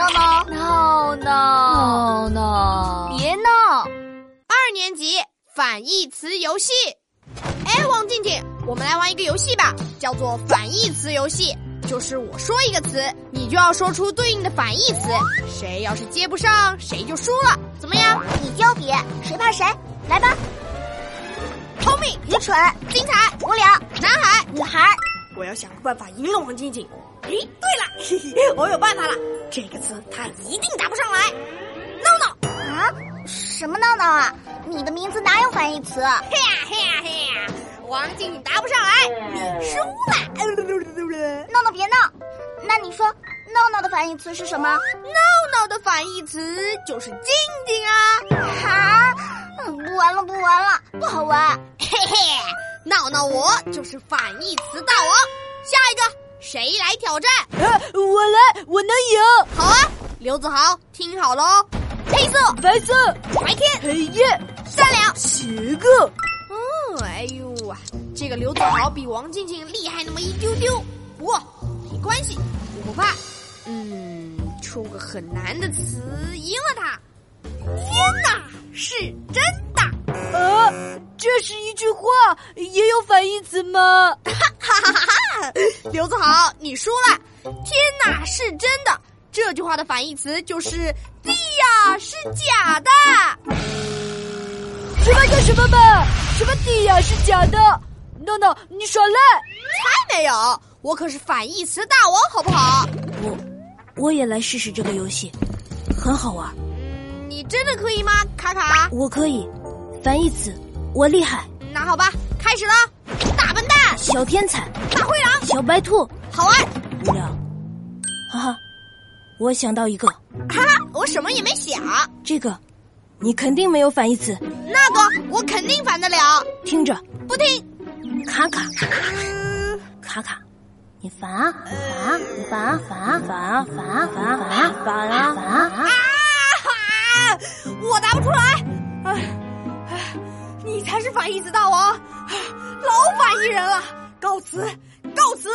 Oh, Oh, 反义词游戏。哎，王静静，我们来玩一个游戏吧，叫做反义词游戏。就是我说一个词，你就要说出对应的反义词，谁要是接不上，谁就输了，怎么样？你教比，谁怕谁？来吧，聪明、愚蠢、精彩、无聊、男孩、女孩，我要想个办法赢了王静静。诶，对了，嘿嘿，我有办法了，这个词他一定答不上来。闹闹，啊？什么闹闹啊？你的名字哪有反义词？ 嘿呀嘿呀嘿呀，王静你答不上来，你输了。闹闹别闹，那你说闹闹的反义词是什么？ 闹闹的反义词就是静静啊，啊，不玩了不玩了，不好玩。嘿嘿，闹闹我就是反义词大王。下一个谁来挑战？啊，我来，我能赢。好啊，刘子豪，听好喽，黑色、白色、白天、黑夜、善良。邪恶。嗯，哎呦啊，这个刘子豪比王静静厉害那么一丢丢，不过没关系，我不怕。嗯，出个很难的词赢了他。天哪，是真的！啊，这是一句话，也有反义词吗？哈哈哈哈！刘子豪，你输了。天哪，是真的！这句话的反义词就是“地呀、是假的什么叫什么嘛？什么地呀是假的？闹闹，你耍赖！”。才哎没有，我可是反义词大王，好不好？我我也来试试这个游戏，很好玩。嗯，你真的可以吗，卡卡？我可以，反义词，我厉害，那好吧，开始了。大笨蛋，小天才，大灰狼，小白兔，好啊玩。无聊。哈哈，我想到一个，哈哈，我什么也没想。这个你肯定没有反义词，那个我肯定反得了，听着，不听。卡卡卡卡，你烦啊烦啊烦啊烦啊烦啊烦啊烦啊烦啊烦啊烦啊！啊哈！我答不出来。哎你才是哦啊反义词大王，老反义人了，告辞，告辞。